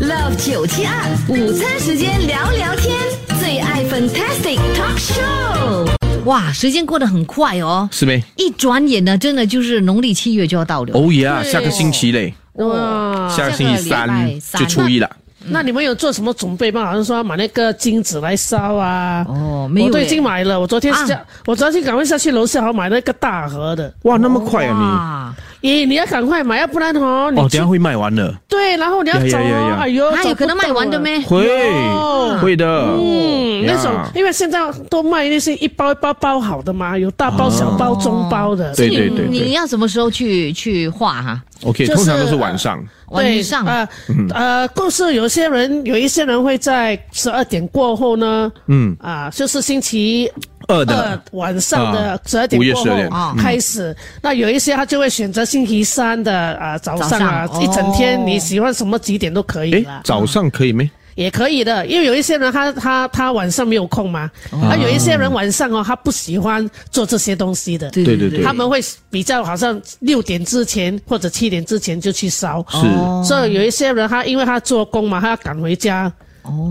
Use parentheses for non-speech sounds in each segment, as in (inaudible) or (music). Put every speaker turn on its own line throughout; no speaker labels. Love 九七二午餐时间聊聊天，最爱 Fantastic Talk Show。哇，时间过得很快哦，
是呗？
一转眼呢，真的就是农历七月就要到了。
哦呀，下个星期嘞，
哇，
哦下个星期三啊就初一了。
那你们有做什么准备吗？好像说要买那个金子来烧啊。
哦没有
我都已
耶
经买了。我昨天
啊
下，我昨天赶快下去楼下好买那个大盒的。
哇，那么快啊
哇，
你你要赶快买，要不然哦，
你！哦，等
你去、
一下会卖完的，
对，然后你要
呀呀
走哦，
呀呀
哎呦，
还
走
啊有
不
可能卖
动
完的
了
咩？
会
有
会的。
嗯，
呀
那种，因为现在都卖那些一包一包包好的嘛，有大包、小包、中包
哦
的。
(laughs) 对对对
你
对
要什么时候去去画哈？
，OK，
就是
通常都是晚上。
晚上
啊
对呃
嗯
呃，故事有些人有一些人会在十二点过后呢，
嗯，
啊、就是星期
二的
二呃晚上的
呃啊
十二点
午夜
过
12
后
点
开始，那有一些他就会选择星期三的啊、早上啊
早上
一整天
哦
你喜欢什么几点都可以
诶，
了，
早上可以没？
也可以的，因为有一些人他他他晚上没有空嘛，啊有一些人晚上哦他不喜欢做这些东西的，
对对对
他们会比较好像六点之前或者七点之前就去烧，
是，
哦
所以有一些人他因为他做工嘛，他要赶回家，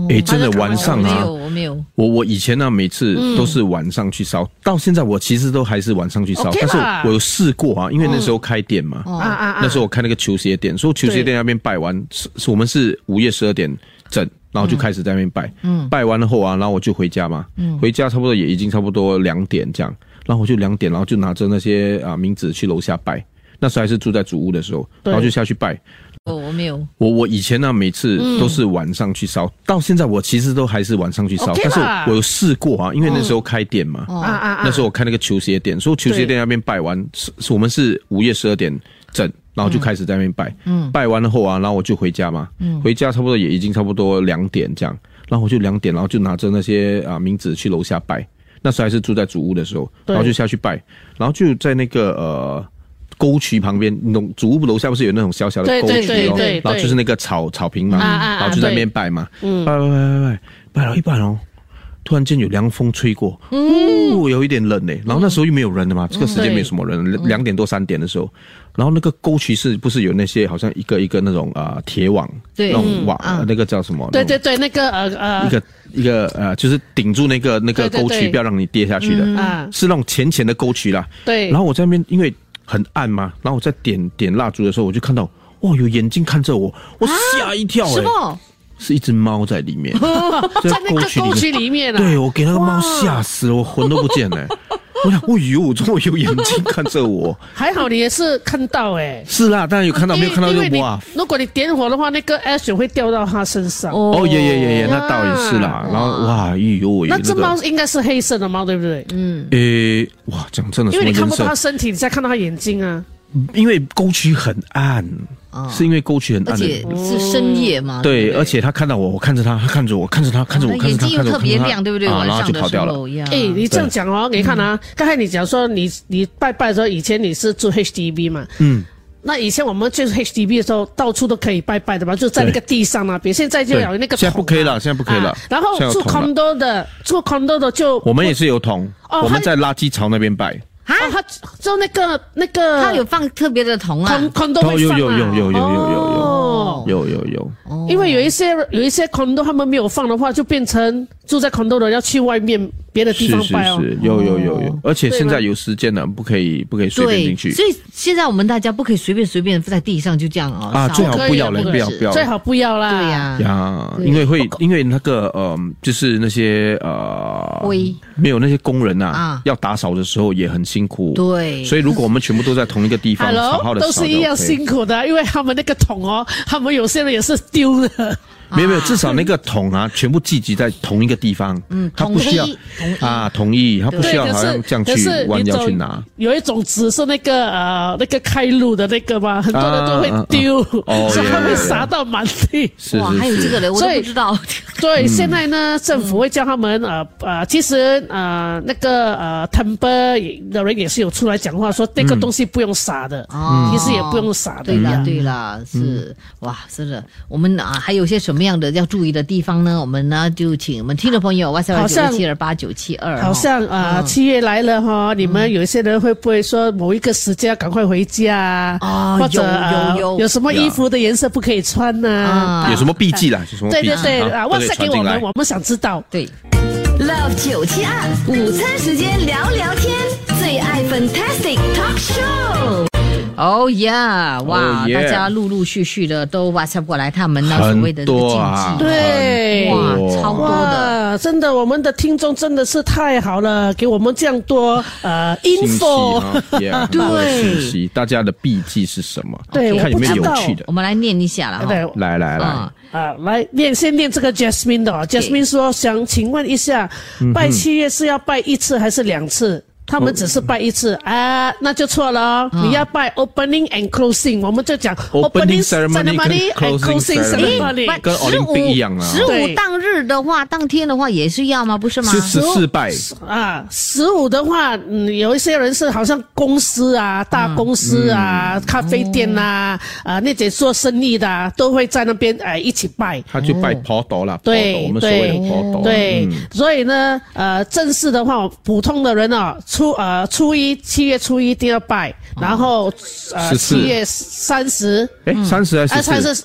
诶，真的
他就
晚上
没
啊
有，，我没有。
我我以前呢、啊每次都是晚上去烧，到现在我其实都还是晚上去烧
OK
但是
啦
我有试过啊，因为那时候开店嘛，
哦
啊啊啊！
那时候我开那个球鞋店，所以球鞋店那边拜完，是是我们是午夜十二点整，然后就开始在那边拜，
嗯
拜完了后啊，然后我就回家嘛，回家差不多也已经差不多两点这样，然后我就两点，然后就拿着那些啊名字去楼下拜，那时候还是住在主屋的时候，
对
然后就下去拜，
哦，我没有。
我我以前呢、每次都是晚上去烧，到现在我其实都还是晚上去烧
嗯 OK
但
啦
是我有试过啊，因为那时候开店嘛，
啊
哦
啊啊！
那时候我开那个球鞋店，所以球鞋店那边拜完，是是我们是午夜十二点整，然后就开始在那边拜，
嗯
拜完了后啊，然后我就回家嘛，回家差不多也已经差不多两点这样，然后我就两点，然后就拿着那些啊名字去楼下拜，那时候还是住在主屋的时候，
对
然后就下去拜，然后就在那个呃。沟渠旁边，你懂主屋楼下不是有那种小小的
对
沟渠
对对
哦
对对，
然后就是那个草草坪嘛，
啊啊嗯啊
然后就在那边拜嘛，拜拜拜拜拜，拜了一半哦，突然间有凉风吹过，
嗯
哦，有一点冷嘞。然后那时候又没有人的嘛，这个时间没什么人，两两点多三点的时候，然后那个沟渠是不是有那些好像一个一个那种啊铁网，
对
那种网
嗯啊
那个叫什么？
对对对，那个呃
那种，一
呃
个一个呃，就是顶住那个那个
对对
沟渠，
对
不要让你跌下去的，
啊，
是那种浅浅的沟渠啦。
对，
然后我在那边，因为很暗嘛，然后我在点点蜡烛的时候，我就看到。哇，有眼睛看着我，我
啊
吓一跳、
什
欸！
么？
是一只猫在里
(laughs)
面，在
在那
沟
个
渠里
沟
面
渠里面啊，
对我给那个猫吓死了，我魂都不见了、我想，哦呦，怎么有眼睛看着我？
还好你也是看到哎。
是啦，当然有看到，没有看到
因为因
就啊
为
哇。
你如果你点火的话，那个 ash 会掉到他身上。
哦，耶耶耶耶，
呀
那倒也是啦。然后哇，哎呦喂，
那只猫
个，嗯
应该是黑色的猫，对不对？
诶，哇，讲真的，什
因为
么
你看
颜
不到它
色？
身体，你才看到它眼睛啊。
因为沟渠很暗，是因为沟渠很
啊而
暗
且
的。
是深夜嘛？
对，
不
而且他看到我，我看着他，他看着我，看着他，看着我，看着
眼
他，
睛又
看着
特
我，
别
看着
亮，
他
对不对？
啊
晚
然后
上
就
的
跑
时
掉了。
候呀。
哎、你这样讲哦，你看
嗯
啊，刚才你讲说你你拜拜的时候，以前你是住 HDB 嘛？嗯。那以前我们去 HDB 的时候，到处都可以拜拜的嘛，就在那个地上那边。现在就有那个、啊
现在不可以了现在不可以了
然后
现在有
住
桶了
condo 的，住 condo 的就
我们也是有桶，
哦
我们
他
在垃圾槽那边拜。
啊，他就那个那个
他有放特别的铜啊，
con condo
哦，
会
有
放啊
有有有有有
哦
有有有有有。
因为有一些有一些 condo 他们没有放的话，就变成住在 condo 的要去外面别的地
是
方
是
拜哦。
是，有有有有，而且
对
现
吗
在有时间了，不可以不可以随便进去
所以现在我们大家不可以随便随便在地上就这样啊
啊，
扫
最好
可以
不要了，
了
不要不要
最好不要啦。
对呀，
呀，
对
因为会因为那个呃，就是那些呃，
灰
没有那些工人呐
啊，
要打扫的时候也很辛苦，
对
所以如果我们全部都在同一个地方，好好
Hello，
的
都
扫
是
就
一样
OK
辛苦的，因为他们那个桶哦，他们有些人也是丢的。
没有没有，至少那个桶啊，全部聚集在同一个地方，嗯，他不需要
统一统一
啊，同意， (laughs) 他不需
对，
要
可
好
是
像这样
可
去
是
弯
你
腰去
走
拿。
有一种纸是那个呃那个开路的那个嘛，很多人都
啊啊
会丢，
啊哦
所以他
有有有
会撒到满地。
是
哇，还有
是
这
是
个，人我都
所以
不知
(laughs)
道。
对，现在呢，政府会叫他们呃呃，其实呃那个呃 t e m p e 的人也是有出来讲话说，那个东西不用撒的，
哦
嗯
其实也不用撒的
对
哦
嗯
呀。
啦，对啦，是哇，真的，我们啊还有些什
么样的要注意的地方呢？我们呢就请我们听众朋友哇塞
好
九
像
七二八九七二，
哦
好像
嗯
啊，七月来了哈，你们有一些人会不会说某一个时间要赶快回家
啊
啊？或者
有
啊
有有
有什么衣服的颜色不可以穿呢？
啊
有什么避忌啦？有什么
对
避忌
对对
啊
啊，
都
哇
可以
塞，给
传
我
进来哦
们，。我们想知道。
对，
Love 九七二午餐时间聊聊天，最爱 Fantastic Talk Show。
哦呀，哇，
Oh yeah
大家陆陆续续的都 WhatsApp 过来，他们那所谓的
很
这个禁
多啊，
忌，
对
哇
很，多
超多的。
哇，真的，我们的听众真的是太好了，给我们这样多呃
信息
info。
啊，yeah，很
(laughs)
多的信息，大家的避忌是什么？
对
看
我
有
不
没有
知
有
道哎
趣的
我。们来念一下了
对
哈。
哦来来来
啊，，
啊，来念先念这个 Jasmine 的、哦、，Jasmine 说想请问一下，拜七月是要拜一次还是两次？他们只是拜一次、
嗯
啊，那就错了哦、你要拜 opening and closing，我们就讲
Opening ceremony 跟 closing
and closing
ceremony
哎
跟
十
Olympic 一样
五
啊
十五
对
当日的话，当天的话也是要吗？不是吗？
是十四拜，
啊，十五的话，嗯，有一些人是好像公司啊、大公司啊、
嗯
咖啡店啊、啊那些做生意的、啊，都会在那边哎、一起拜。
他就拜婆斗啦，婆斗，
哦对
我们所谓的婆斗。
对，
嗯
所以呢，呃，正式的话，普通的人啊，初呃初一七月初一一定要拜，然
嗯
后呃
14
七月三十，
哎，三十还
啊
是
三
十四？
十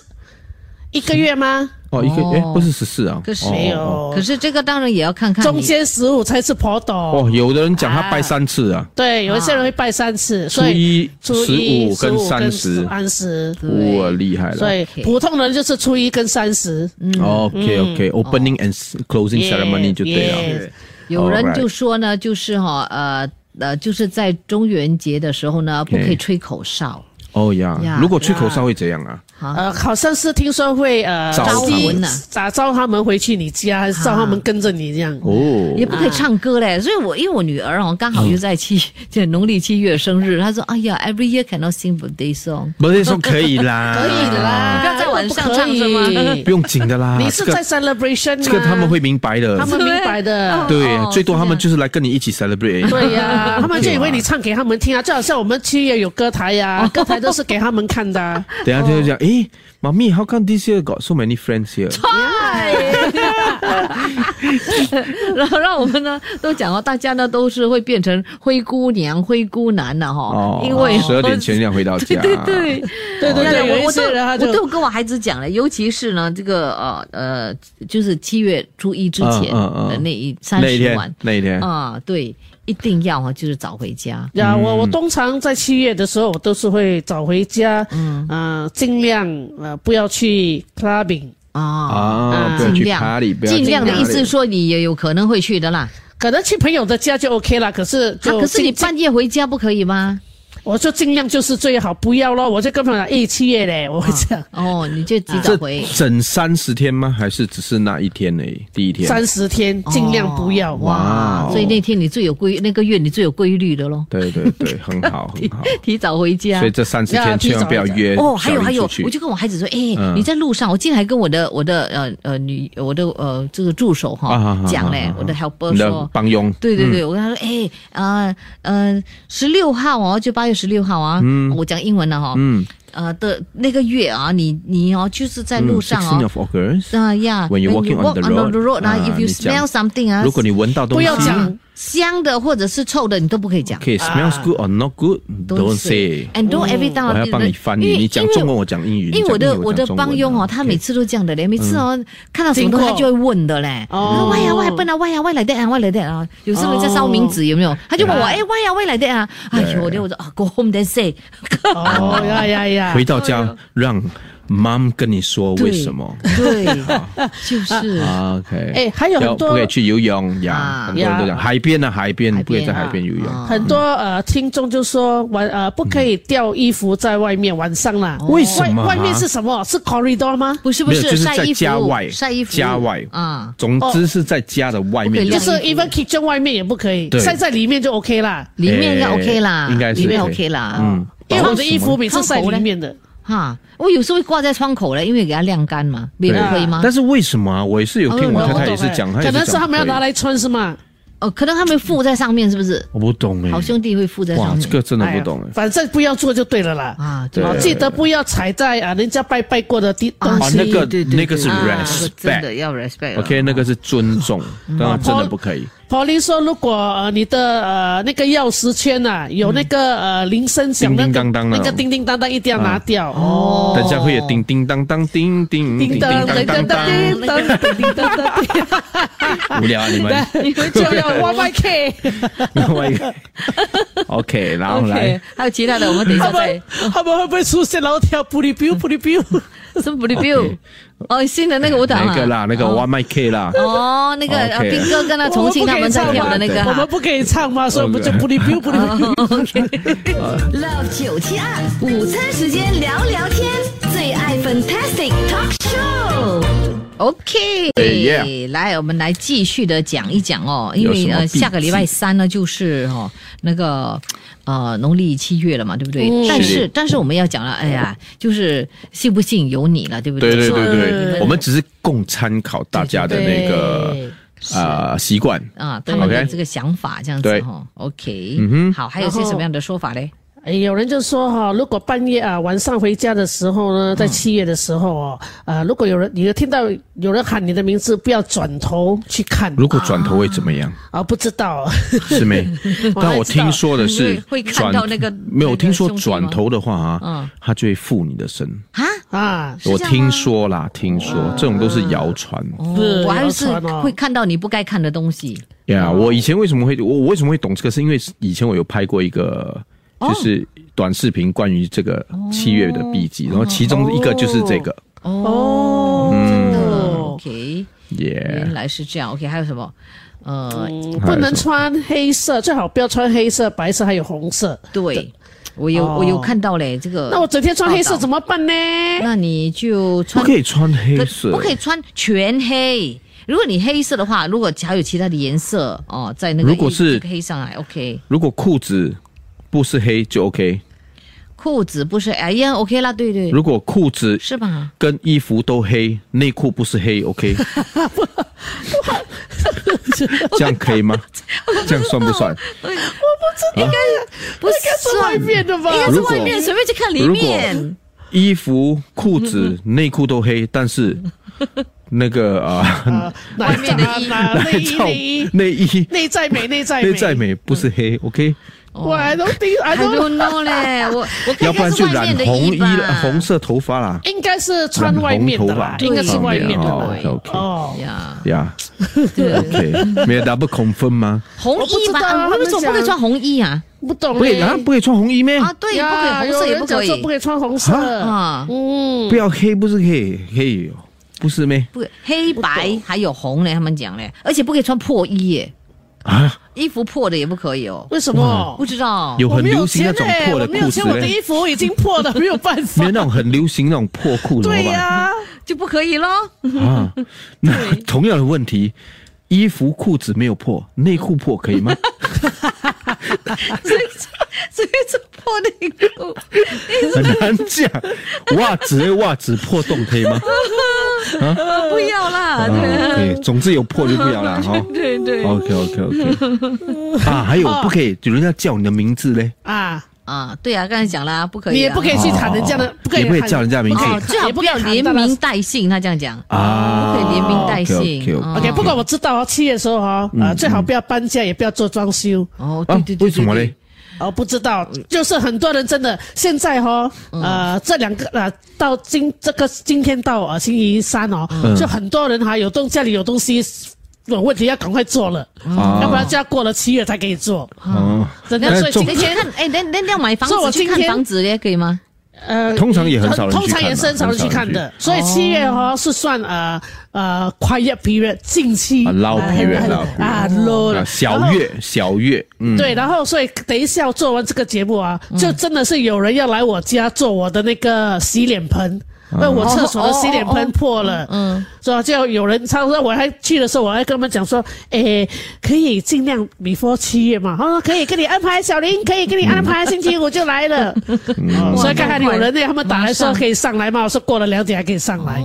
一个月吗？
哦，一个
哦
哎，不是十四啊，
可是
哦
没
有
哦
可是这个当然也要看看你
中间十五才是婆斗。
哦，有的人讲他拜三次啊，
对，有一些人会拜三次，
初
所以
一
初一
15跟30
三十，
对
哇，厉害
所
了。
以嗯
OK 嗯
普通人就是初一跟三十。
OK OK，Opening and Closing Ceremony 就对了
哦 yes。
有人
Alright
就说呢，就是哈、呃呃，就是在中元节的时候呢，不可以
Okay
吹口哨
哦呀
Yeah，，
如果吹口哨会怎样啊？
啊。
呃，好像是听说会呃
招
招
他
们呐啊
咋招他们回去你家，还是招他们跟着你这样？
哦
也，不可以唱歌嘞，所以我因为我女儿哦，刚好就在七， (laughs) 就农历七月生日，她说：“哎呀，every year cannot sing birthday song，
不是说可以啦，
(laughs) 可以的啦，
不要在晚上唱是吗
不可以
不用紧的啦。
你是
这个
在 celebration 吗
这个他们会明白的，
他们明白的。
对
哦，
最多他们
是
就是来跟你一起 celebrate。
对
(laughs)
呀、他们就以为你唱给他们听啊，就好像我们七月有歌台
(laughs)
呀、
哦
歌台都是给他们看的啊、
等一下就会讲，诶，妈咪，How come this year got so many friends
(laughs)
here？
(laughs) 然后让我们呢都讲哦，大家呢都是会变成灰姑娘、灰姑娘的哈、
哦，
因为
十二点前啊要回到
(laughs)
家。
对对
对对对，
我
有
我
一些人他
都
就
我都有跟我孩子讲了，尤其是呢，这个呃呃，就是七月初一之前
嗯嗯嗯嗯
的那一三
那一
十晚
天，那一天，
啊，对，一定要啊，就是早回家。
呀，我我通常在七月的时候，我都是会早回家，嗯，呃，尽量呃不要去 clubbing，
啊，
啊，不要
尽
去
量
party，不要去
尽量的
party
意思是说你也有可能会去的啦。
可能去朋友的家就 OK 了。可是
啊
就、
可是你
尽尽
半夜回家不可以吗？
我就尽量就是最好不要咯。我就跟朋友讲，诶，七月嘞，我会这样
哦，你就及早
这
回。
整三十天吗？还是只是那一天呢？第一天。
三十天，尽量不要。
哇
哇，哦
所以那天你最有规，那个月你最有规律的咯，
对对对，很好很好。
(laughs) 提早回家
所以。这三十
要
天
提
千万
早
不要
一点
约
哦，还有
小
还
林
有
出去，
我就跟我孩子说，哎、
嗯
你在路上，我竟然还跟我的我的呃呃女我的呃这个助手
啊啊
哈
啊
讲
啊
嘞
啊，
我的 helper
你
说
的，帮佣。
对对对，
嗯
我跟他说，哎、呃呃，十六号哦，就八月十六号啊，我讲英文了哈、
嗯，
呃的那个月啊，你你哦，就是在路上
16th
哦，
嗯 of August。
啊呀
When you're walking on the road，
啊
啊
，if you
你
smell
讲
something 啊，
如果你闻到东
不
西
要讲
香的或者是臭的，你都不可以讲。
，OK smells good or not good，don't say。Oh，
And don't every time
我要帮你翻
哎因
译，
为
你讲中文，我讲英语。你
因为我
讲
的
英语
我
我
的
讲中文啊嗯
帮佣哦，他每次都这样的嘞，每次哦看到什么东西
经过
他就会问的嘞。
哦
喂呀喂笨啊喂呀喂来的啊喂来的啊，有时候人家烧名字有没有？他就问我
对
哎喂呀喂来的啊，哎呦，
哦对
我就啊 go home then say， (laughs)
哦呀呀呀！
回到家让 mom 跟你说
对
为什么。啊
对， (laughs) 就是。
OK，
哎还有很多
要不可以去游泳
啊
呀，很多人都讲
呀
海边啊，海边
海边
不可以在海边游
啊
泳。
很多呃听众就说晚呃不可以掉衣服在外面晚上啦。
为什么啊
外外面是什么？是 corridor 吗？
不是不
没有，就是
晒
在
衣服，
家外，
晒衣服，
家外
啊，
总之是在家的外面
不可以，
就
晾
是
衣服
even kitchen 外面也不可以，
对
晒在里面就 OK 啦。
里面应该
哎
OK 啦，
应该是
里面
OK
OK 啦，
嗯，
因为我的衣服每次晒
窗口嘞
里面的，
哈，我有时候会挂在窗口嘞，因为给它晾干嘛，没有
对
灰吗？
但是为什么啊？我也是有听
哦
我
我
太太也
懂
是
哎
讲，她也
可能
是
是
讲
他们要
可以
拿来穿是吗？
哦，可能他们附在上面，是不是？
我不懂哎、
好兄弟会附在上
哇，
面。
这个真的不懂
哎
哎
呀、反正不要做就对了啦。
啊，
对
啊，记得不要踩在啊人家拜拜过的地东
啊
西。
那个
哦对对对
那个是
啊
respect
这个真的要 respect 啊了
OK，那个是尊重，
嗯
当然真的不可以。
p 林说，如果呃你的呃那个钥匙圈呐、啊、有那个、呃铃声响，
嗯叮叮当
那
当的
个那个叮叮当当一定要拿掉、哦。
等一下会有叮叮当当叮叮
叮
叮
当
当
叮
当当
当
当，
叮当叮当当叮，
无聊啊你们。
你们就要 one by
(laughs)
K。
另外一
(laughs)
个 OK，然后来
OK，还有 (laughs) 其他的，我们等一
他
下
们
(laughs)
再。
他们会不会出现然后跳布里 biu 布里 biu？
什么 review？哦，
(laughs)
新的那个舞蹈
哪
啊
一个啦？那个 One My K 啦，
哦，那个呃
OK
斌哥跟他重庆他们在跳的那个
我们
哈。
不可以唱吗？所以我们就布里 biu 布里 biu。
Love 九七二午餐时间聊聊天，最爱 Fantastic Talk Show。
OK，
哎，yeah
来，我们来继续的讲一讲哦，因
有
为
什么
呃，
避忌
下个礼拜三呢就是哦那个呃农历七月了嘛，对不对？但
嗯是
是但是我们要讲了，哎呀，就是信不信由你了，对不
对
对嗯
对对
你
对，
们
我们只是供参考大家的那个
对
啊习惯。
啊，他们的
OK
这个想法这样子
对
哈，OK，
嗯哼
好，还有些什么样的说法嘞？
哎，有人就说哈、如果半夜啊晚上回家的时候
嗯
呢，在七月的时候哦，呃，如果有人你听到有人喊你的名字，不要转头去看
如果转头会怎么样？
啊，不知道 (laughs)
是
(laughs)
没？但我听说的
因
是
为会看
转
到那个
没有
那个
听说
兄弟吗
转头的话
嗯
啊，他就会附你的身。
啊，
啊，
我听说啦，听说这种都是谣传。
是
我还是
谣传
啊
哦
会看到你不该看的东西。
呀、我以前为什么会我我为什么会懂这个？是因为以前我有拍过一个
哦
就是短视频，关于这个七月的避
哦
忌，然后其中一个就是这个，
哦，真哦
嗯，OK，
耶、
原来是这样。OK，还有什么？呃，
嗯不能穿黑色，最好不要穿黑色、白色还有红色。
对，我有
哦
我有看到嘞，这个。
那我整天穿黑色怎
么？
么办呢？
那你就
不
穿
可以穿黑
可
色，
不可以穿全黑。如果你黑色的话，如果还有其他的颜色哦，在那个
如果
一
是
一个黑上来，OK，
如果裤子不是黑就 OK，
裤子不是哎呀 OK 啦，对对，
如果裤子
是吧？
跟衣服都黑，内裤不是黑
(laughs)
OK，这样可以吗？这样算不算？
不是
是外面的吧？
应该是
如果
外面，随便去看里
如果
面。
衣服、裤子、
嗯
内裤都黑，但
(laughs)
是那个啊，
外
面的衣
啊
(laughs)
内衣
照
内
内
衣
衣
内在美内在美嗯
内在。美不是黑，OK，
我 I don't think I
I
don't，
don't know 嘞，我我看
要不
看
然
是
就
外
染
面的
红
衣吧，
红色头发啦，
应该是穿外面的啦
染红，头发
应该是外面的啦。
对，OK，OK
哦，
哎呀，
呀，OK，没有
(laughs)
double 恐分吗？
红衣
我不知道啊
吧？为什么不
他们
可以
讲
穿红衣啊？
不懂
不可以，啊，不可以穿红衣咩？
啊，对，不可以，
哎
红
呀
色也不可
有人讲说
以
不可以穿红色
啊，
嗯，
不要黑，不是黑，黑哦不是咩？
不可以黑白还有红嘞，他们讲嘞，而且不可以穿破衣耶，
啊，
衣服破的也不可以哦，
为什么
不？知道
有
我
很
没
流
有
行那
钱
种
欸
破的
我没有
裤子
钱，我的
嘞，
衣服已经破了，没有办
(laughs)
法
没有。那种很流行那种破裤怎么
对
办？
呀，
就不可以咯。 (laughs)
啊，那同样的问题，衣服裤子没有破，内裤破可
(laughs)
以吗？
所以所以这破内裤，
(laughs)
很难讲。袜子袜子破洞可以吗？
不要啦，
啊，
对 (laughs)
可以。总之有破就不要
嗯
了哈。
对对
OK OK OK。啊，
(laughs)
还有不可以，有人要叫你的名字嘞，
啊，
啊，对啊，刚才讲啦，不可以啊，
你也不可以去喊人家的
哦，
不可以
也不可以
喊
叫人家名字
哦，最好
也不
不
可以
要连
喊到
名
他
带姓，他这样讲
啊
哦不可以连名带姓
OK，OK，OK
哦
OK，不过我知道哦，七月的时候哈，
嗯
呃，最好不要搬家，也不要做装修。
哦，对
啊
对对，对
为什么嘞？？
哦，不知道，就是很多人真的现在哈，呃，这两个呃，到今这个今天到呃星期三哦，就很多人哈有东家里有东西有问题要赶快做了，
啊
要不然就要过了七月才可以做。
哦，
真的，
但
所以
重
对
今
对
天
对那哎，那那那要买房
所以我
子去
今
看
天
房子嘞，可以吗？
呃，
通常也很少人去看
通常也是很少人去看的，所以七月哈是算呃呃 quiet period 静期
啊，low
哎
period，
很
low period
啊 low
啊
了
小。
然后
月小月，嗯，
对，然后所以等一下我做完这个节目啊，就真的是有人要来我家做我的那个洗脸盆。因为我厕所的洗脸盆破了，嗯，是吧？就有人他说我还去的时候，我还跟他们讲说，诶，可以尽量 before 七月嘛，他说可以给你安排，小林可以给你安排，星期五就来了。哦所以刚才有人呢，他们打来说可以上来嘛，我说过了两点还可以上来，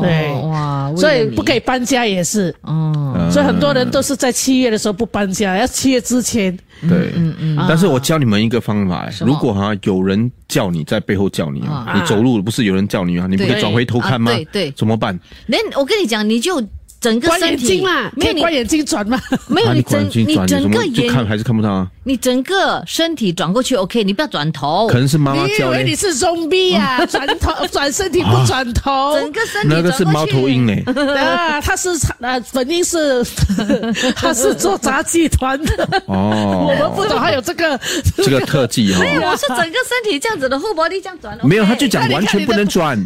对，
哦哇，
所
为
以
了你
不可以搬家也是，
哦。
嗯
所以很多人都是在七月的时候不搬家，要七月之前。
对，嗯嗯。但是我教你们一个方法，
啊什么
如果哈有人叫你在背后叫你啊，你走路不是有人叫你啊，你不可以
对
转回头看吗？
啊对对
怎么办？
连我跟你讲，你就整个
关眼
身体
睛嘛，
没
可
有
以
你
关眼睛
(laughs)
转嘛。
没有
啊
你
管
整
进转你
整
怎
个
么就看
眼
还是看不到啊？
你整个身体转过去 OK，你不要转头，
可能是妈妈
你以
叫
为你
嘞，
是 zombie 啊？转头 (laughs) 转身体不转头，
整个身体
那个是
转
猫
过去 (laughs)
头鹰嘞。
啊，他是呃，本
(laughs)
应是他是做杂技团的，
哦，
我
(laughs)
们不懂还有这个
这个特技哈，
没有，我是整个身体这样子的后脖力这样转。
没有，
OK
他就讲完全不能
(laughs)
转，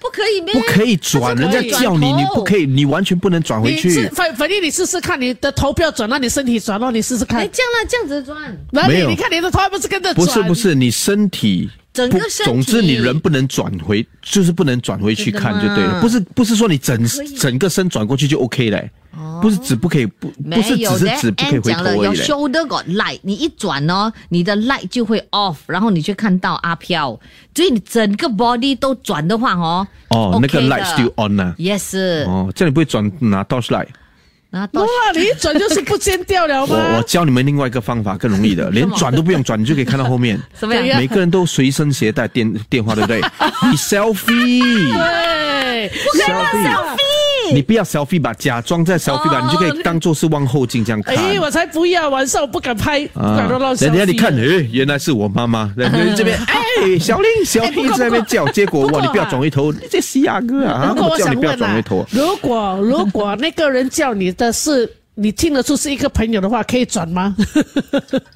不可以，没
不可以转，
他
人
是
家
可以
叫你，
转头
你不可以，你完全不能转回
你是
去。
反反正你试试看，你的头不要转，让你身体转哦，你试试
哎，
看。
这样啦，这样子转，
然后
没
你
有
你看你的头还不是跟着
不
转？
是不，是，你身体
整
不
个身体
总之你人不能转回，就是不能转回去看就
真
对
的
了。
吗
不是不是说你整
可以哦
整个身转过去就 OK 嘞，不是只不可以不
没
不是只
有
是
的。
只不可以
Ann
回
讲了
头而
，your
已嘞。
shoulder got light，你一转哦，你的 light 就会 off，然后你就看到阿飘，所以你整个 body 都转的话哦，
哦，那个
OK 的
light still on 呢？
yes，
哦，这样你不会转拿 dodge light。
然后到
哇，你一转就是不见掉了
我我
吗？
教你们另外一个方法更
(laughs)
容易的，连转都不用转，你就可以看到后面。 (laughs)
怎么样
每个人都随身携带电电话，对不
(laughs)
对？你 selfie，selfie，
对，
你不要 selfie 吧，假装在 selfie 吧，你就可以当做是往后镜这样看。
哦
啊
哎，我才不要，晚上我不敢拍，不敢乱乱。
人家你看，哎，原来是我妈妈，人家这边，哎，小玲，小
嗯不
玲
过
在那边叫，结果
不过
哇，
啊
你不要转回头，你这西雅哥啊，
不过
我
我
叫你
想
不要
问
转回头
啊，，如果如果那个人叫你的是你听得出是一个朋友的话，可以
(laughs)
转吗？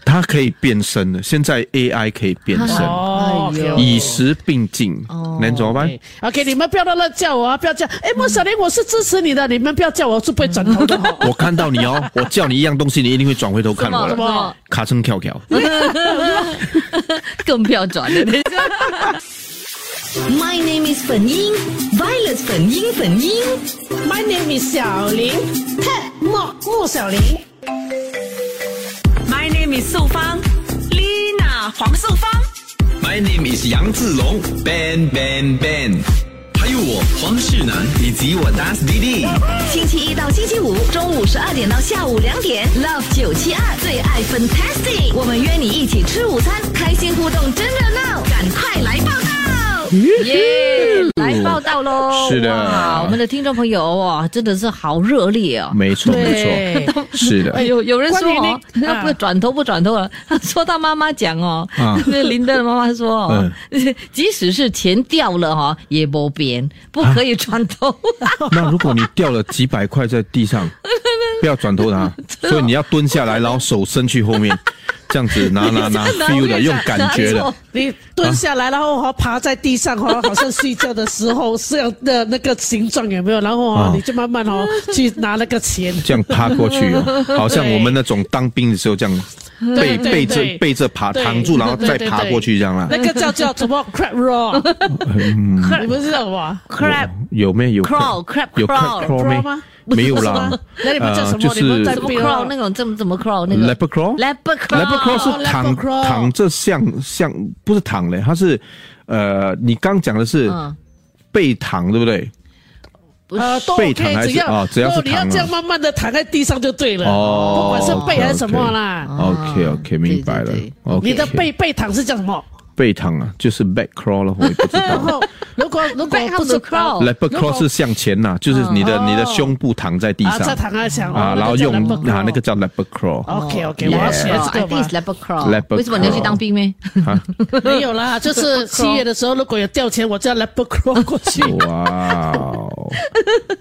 它可以变身的，现在 AI 可以变身，
哦
哎呦
OK，OK
与时并进，能怎么办？
哎 OK，你们不要乱乱叫我啊！不要叫，哎，莫小玲，我是支持你的，你们不要叫我，我是不会转头的哦。
我看到你哦，我叫你一样东西，你一定会转回头看我
什
的。
么
卡成跳跳，
更不要转了。等一下
(laughs) My name is 粉英，Violet 粉英粉英。
My name is 小玲，莫莫小玲。
My name is 素芳，Lina 黄素芳。
My name is 杨志龙，Ben Ben Ben，还有我黄世南以及我 Das DD。
星期一到星期五中午十二点到下午两点，Love 九七二最爱 Fantastic，我们约你一起吃午餐，开心互动真热闹，赶快来报道！
耶，来报道喽！
嗯是的
哇我们的听众朋友哇，真的是好热烈哦。
没错没
对
错，是
(laughs) 哎，
的，
有有人说
关
哦
于，那
他 (laughs) 不
啊
转头不转头了，他 (laughs) 说他妈妈讲哦
啊，
(laughs)
嗯
那林德的妈妈说哦， (laughs) 即使是钱掉了哈，也没边，不可以转头。
啊
(laughs)
那如果你掉了几百块在地
(laughs)
上，不要转头拿，所以你要蹲下来，然后手伸去后面，这样子
(laughs)
拿拿拿 feel 的，用感觉的。
你蹲下来，然后哈爬在地上
(laughs)
哈，好像睡觉的时候是样的那个形状有没有？然后
啊
哈你就慢慢哦去拿那
(laughs)
个钱。
这样趴过去
(laughs)
哦，好像我们那种当兵的时候这样背
对对
背着
对
背着爬
对
躺住，然后再
对对
爬过去这样啦
那。个叫叫什么 crab roll？你
嗯
们知道吗？
Crab
有没有
crawl crab
有
crawl
crab crawl
知道
没
吗？
没有
不知道
啦
吗。那你们叫什么
呃就是
你们在
怎么
不要
crawl 那种怎么怎么 crawl 那个
leper crawl
leper
leper crawl
crawl
是躺
leper crawl
躺着像像不是躺嘞，它是呃，你刚讲的是
嗯
背躺对不对？
不
呃，
是
都
背躺
OK，
还是
只要
啊只要是
都你要
躺啊
这样慢慢的躺在地上就对了，
哦
不管是背还是什么啦。啊
OK OK，明白了
对对。
OK，
你的背背躺是叫什么？
背躺啊，就是 back crawl 了，我也不知
(laughs) 然
道。 (laughs)
后如果如果
Back
不
of the
是
crowd
leper crawl 是向前呐，就是你的你的胸部躺在地
哦啊，在
上。
躺在想
啊，然后用啊那个叫 leper crawl，
OK OK，
Yeah
我要
Leper
学
crawl，
这
I think
个吗
is？leper
Leper
crawl。为什么你要去
crawl
当兵咩？
没有啦，就是七月的时候，如果有掉钱，我就要 leper crawl 过去。
哇哦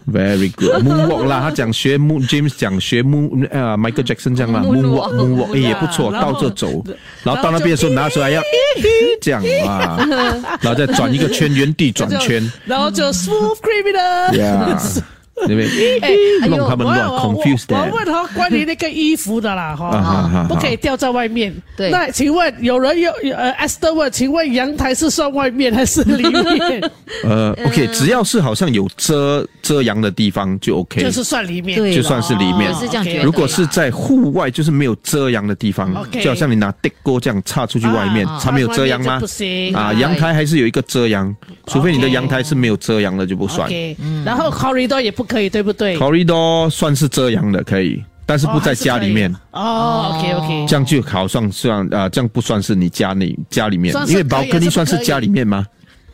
，very good moonwalk 啦，他讲学 moon James 讲学 moon 呃 Michael Jackson 这样啦 moonwalk moonwalk 哎也不错，
然后
倒着走，然后
然后
到那边的时候
就
拿出来要这样
(laughs)
哇，然后再转一个圈，原地 (laughs) 转
就 (laughs)
圈，
然后就 smooth criminal。
呀，
(laughs)
那边
哎哎呦
弄他们乱
我
confuse
我我
them
问。他关于那个衣服的
(laughs) 啊
啦，
哈哈哈
哈，不可以掉在外面。
对
那请问有人有有呃，Esther 问，请问阳台是算外面还是里
(laughs)
面？
呃，OK，只
哎
要是好像有遮遮阳的地方就 OK，
就是哦算里面。
对了，
就算是里面
我是这样觉得啦。
如果是在户外，就是没有遮阳的地方，
OK
就好像你拿电锅这样插出去外面，
啊
它没有遮阳
外面
吗
就不？行
啊，
对
阳台还是有一个遮阳，除非你的阳台是没有遮阳的就不算。
OK，然后 corridor 也不可以，对不对？
嗯 corridor 算是遮阳的，可以，但是不在家里面，
哦还是可以的。哦，OK OK，
这样就考上算啊、呃这样不算是你家里家里面
算，是
因为
可以啊
balcony
这不
算是
可以
家里面吗？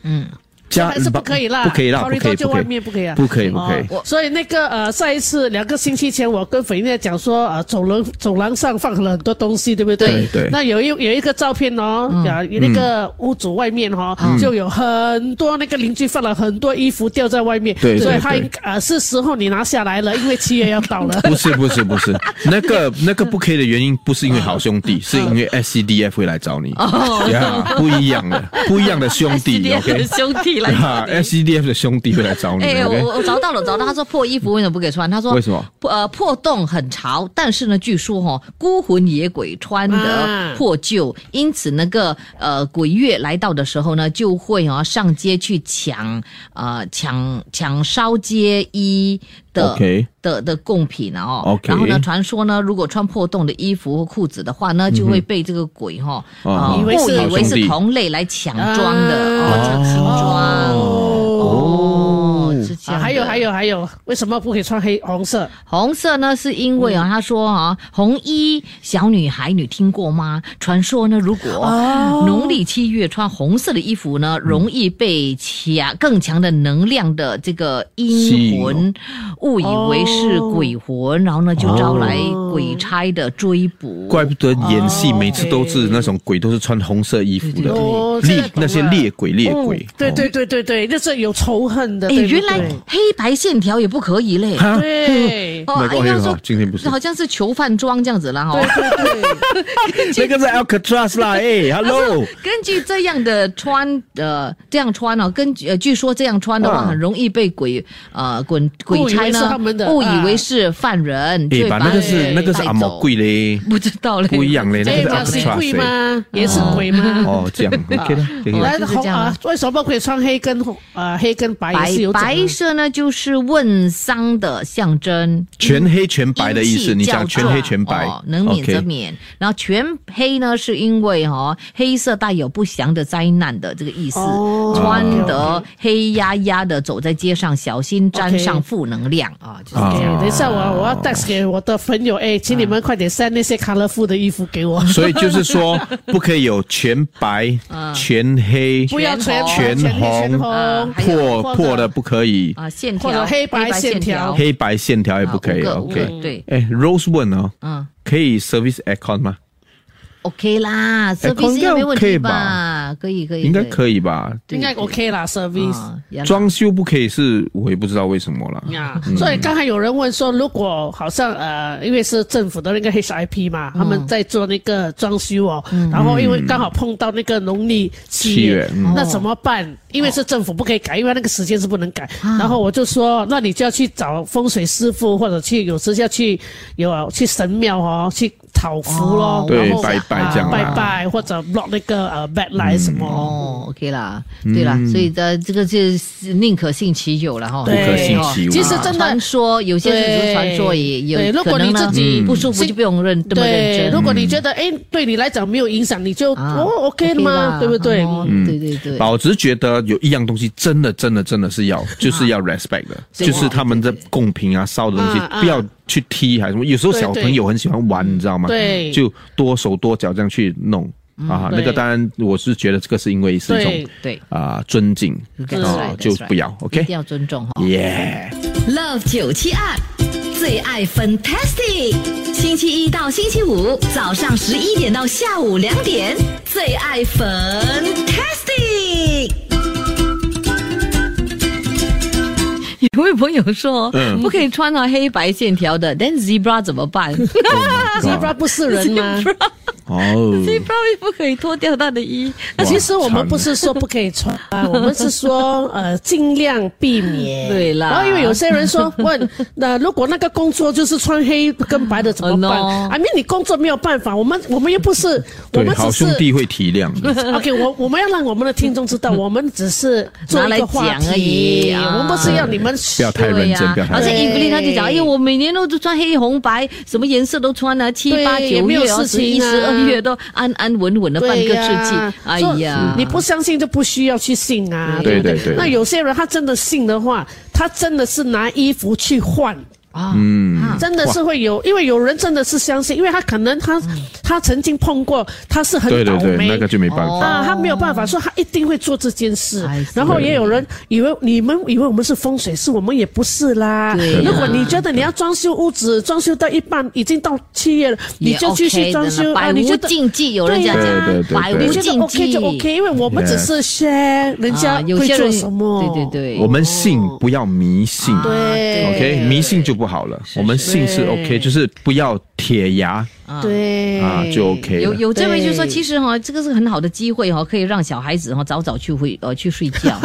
嗯，家
还是不可以啦，
啊嗯不可以啦，不
corridor
可以，
就
不可
外
以，
面不可以啊，
不可以，不可以。
哦所以那个呃，上一次两个星期前，我跟肥妹讲说，呃，走廊走廊上放了很多东西，对不对？
对对
那有一有一个照片哦，
嗯
啊，有那个屋主外面哈、
嗯
哦，就有很多那个邻居放了很多衣服掉在外面，
对对
所以他
对
应呃是时候你拿下来了，因为七月要
(laughs)
到了。
不是不是不是，那个那个不 K 的原因不是因为好兄弟，是因为 SCDF 会来找你，呀，不一样的不一样的兄弟，OK，
(laughs) 兄弟来
(laughs) 哈，SCDF 的兄弟会来找你
哎、
，OK，
我我找到了，找到。他说破衣服为什么不给穿？他说
为什么？
呃，破洞很潮，但是呢，据说哈、哦，孤魂野鬼穿
啊
得破旧，因此那个呃鬼月来到的时候呢，就会啊、哦、上街去抢呃抢抢烧街衣的
OK
的的贡品啊哦
OK
然后呢，传说呢，如果穿破洞的衣服或裤子的话呢，
嗯
就会被这个鬼哈、
哦
呃
以为是
误以为
好兄
是
弟
同类来抢装的、
啊
哦，抢新装。哦，
嗯
是这
啊，
样的、
还有还有还有，为什么不可以穿黑红色？
红色呢，是因为啊，他说啊，红衣小女孩，你听过吗？传说呢，如果农历七月穿红色的衣服呢，容易被强更强的能量的这个
吸
阴
引
魂误以为是鬼魂，然后呢就招来鬼差的追捕。
怪不得演戏每次都是那种鬼都是穿红色衣服的
哦，这个
厉
懂
那些
了
猎鬼猎鬼，
嗯对
哦
对对对对，那是有仇恨的。
哎，
对不对
原来黑白线条也不可以
(laughs)
嘞。
哈
对
哦，
那个
应该说
好哎今天不是
好像是囚犯装这样子啦哦哈。
那个是 Alcatraz 啦，哎，Hello，
根据这样的穿，呃，这样穿哦，根据呃，据说这样穿的话，
啊
很容易被鬼呃滚
误
鬼
以为
差
是他
呢
们的
误
啊
以为是犯人，就
哎，
会
把
把
那个是
你
那个是
带
阿
走
毛贵嘞，
不知道嘞，
不一样嘞，那
哎，
个
马
是
是贵
Alcatraz 嘞，
吗？也是鬼吗？
哦，这样 OK 的可以了
嗯来
就是
红
这样
啊
啊，
为什么可以穿黑跟红？呃，黑跟白也
白
是有讲的
白色呢，就是问丧的象征。
全黑全白的意思，
阴
你
气较
讲全
重
黑全白
哦，能免
OK
则免。然后全黑呢，是因为哦，黑色带有不祥的灾难的这个意思，
哦
穿得黑压压的走在街上，小心沾
OK
上负能量啊、就是
啊
这样。
哎等一下我我要 text 给我的朋友，哎，请你们快点 send 那些 colorful 的衣服给我，
所以就是说，不可以有全
(laughs)
白、
嗯
全黑、
不要全
全
全黑
红
全红
啊还
破
或者
破的不可以，
啊，线
或者
条
黑白线
线
条
黑白线条也
啊
不可以。
五个五
OK，
个对，
哎，Rose 问哦，
嗯
可以 service aircon 吗？
，OK 啦，service
应该
应该没问
OK
题
吧
吧？可以可以，
应该
以，
哎可以吧？
应该 OK 啦，service。
啊原来
装修不可以是，我也不知道为什么啦。
啊，所以刚才有人问说，如果好像呃，因为是政府的那个 HIP 嘛，
嗯
他们在做那个装修哦，然后因为刚好碰到那个农历七
七
月
月，嗯
那怎么办？因为是政府不可以改，因为那个时间是不能改。
哦
然后我就说，那你就要去找风水师傅，或者去有时要去有去神庙哦，去讨福咯，
哦对
然后
拜拜这样嗯
啊
啦
拜拜或者 block 那个呃 bad light 什么。
哦，OK 啦，
嗯
对啦，所以的这个就是宁可信其有了哈，
不可信
其无
其实
啊
真的
传说有些是
对
传说，也
对
有
如
可
果
能
你
呢
自己
不舒服
是
就不用认这么认
对，
真。
如果
嗯
你觉得哎对你来讲没有影响，你就
啊
哦 OK 了
啦
吗？对不对？啊
哦
嗯
对对对，
保值觉得有一样东西真的真的真的是要，就是要 respect 的，
对
就是他们的贡品啊、烧的东西
啊啊，
不要去踢还是什么。有时候小朋友很喜欢玩，你知道吗？
对嗯
就多手多脚这样去弄啊。
对
那个当然，我是觉得这个是因为是一
对
种
对
啊尊敬
That's
啊
right，，
就
that's right
不要
一
OK
定。要尊重哈。
耶，
Love 九七二，最爱 Fantastic。星期一到星期五早上十一点到下午两点，最爱 Fantastic。
有位朋友说，不可以穿到黑白线条的，then zebra 怎么办？zebra
(laughs) Zebra 不是人吗？
哦，
也不可以脱掉他的衣，
那其实我
惨
们
了
不是说不可以穿，啊， (laughs) 我们是说呃尽量避免。
对啦
然后因为有些人说
(laughs)
问，那如果那个工作就是穿黑跟白的怎么办？
Oh, no
啊，因为你工作没有办法，我们我们又不是，我
对，
们
好
只
兄
是。
弟会体谅的。
(laughs) OK，我我们要让我们的听众知道，我们只是做一个话
(laughs) 拿来讲而已
题，
啊
我们不是要你们
不要太认
对
真
呀，
不要太
而
认
且
真。
伊芙琳她就讲，哎呦，我每年都穿黑红白，什么颜色都穿啊，七
对
八
也
九
没有
月啊，
事
十一
情啊
十二七月都安安稳稳的半
对
个
呀
世纪，哎
所以
呀，
你不相信就不需要去信啊，
对
不
对对对
那有些人他真的信的话，他真的是拿衣服去换。
啊，嗯，
真的是会有，因为有人真的是相信，因为他可能他、
嗯
他曾经碰过，他是很
对
倒
对对，
霉，
那个就没办法。
哦
啊，他没有办法说他一定会做这件事
I see。
然后也有人以为你们以为我们是风水师，我们也不是啦
对呀。
如果你觉得你要装修屋子，装修到一半已经到七月了，你
也
就继
OK
续
的
装
呢
修啊，
百
你觉
无
得
禁忌，有人
对
家
呀
对对
讲
对
百
对
无
你觉得
禁
OK
忌
就 OK，因为我们只是 share 人家
啊，有
会
些
做
人
什么，
对对对，
我们信不要迷信。
对
OK，迷信就不好了。我们信是 OK，就是不要
(laughs)
铁牙
对
啊，就 OK
有
了。
有这位就说，
对
其实哈、这个是很好的机会哈、可以让小孩子哈、早早去回呃去睡觉，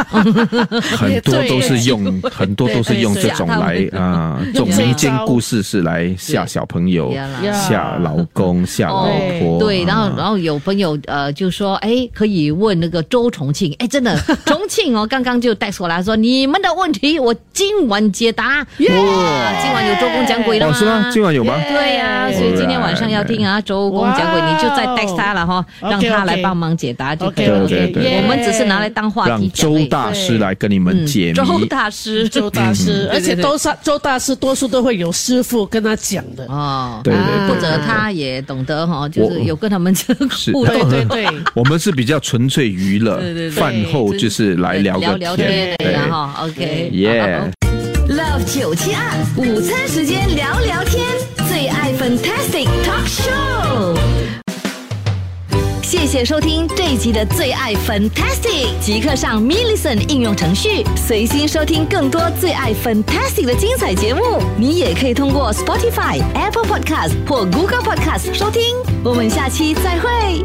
很多都是用，很多都是用这种来
对对
啊，这种民间故事是来吓小朋友
对呀、啦
吓老公、吓老婆。
对，然后
啊
然后有朋友呃就说，哎，可以问那个周重庆，哎，真的重庆哦，刚刚就带出来说你们的问题，我今晚解答，哇，今晚有周公讲鬼了
哦，
吗？
是吗？今晚有吗？
对呀、所以今天晚上要听啊，周公讲鬼，
哇哦
你就再 text 他了哈，让
OK，OK
他来帮忙解答就可以
OK
了。
对对
OK，
对
我们只是拿来当话题
让
讲而
周
已。
大师来跟你们解谜。
嗯周大师，
周大
嗯
嗯
师，而且周大周大师多数都会有师傅跟他讲的，
哦，
对对对
或者他也懂得哈，就是有跟他们这个
是
互
对
动。
对对。
我们是比较纯粹娱乐
对对，对
饭后就是来聊个
聊
天
天，
对
然后 OK，
耶。
Love 九七二午餐时间聊聊天，最爱 Fantastic Talk Show。谢谢收听这一集的最爱 Fantastic，即刻上 m i l l i c e n t 应用程序，随心收听更多最爱 Fantastic 的精彩节目。你也可以通过 Spotify、Apple Podcast 或 Google Podcast 收听。我们下期再会。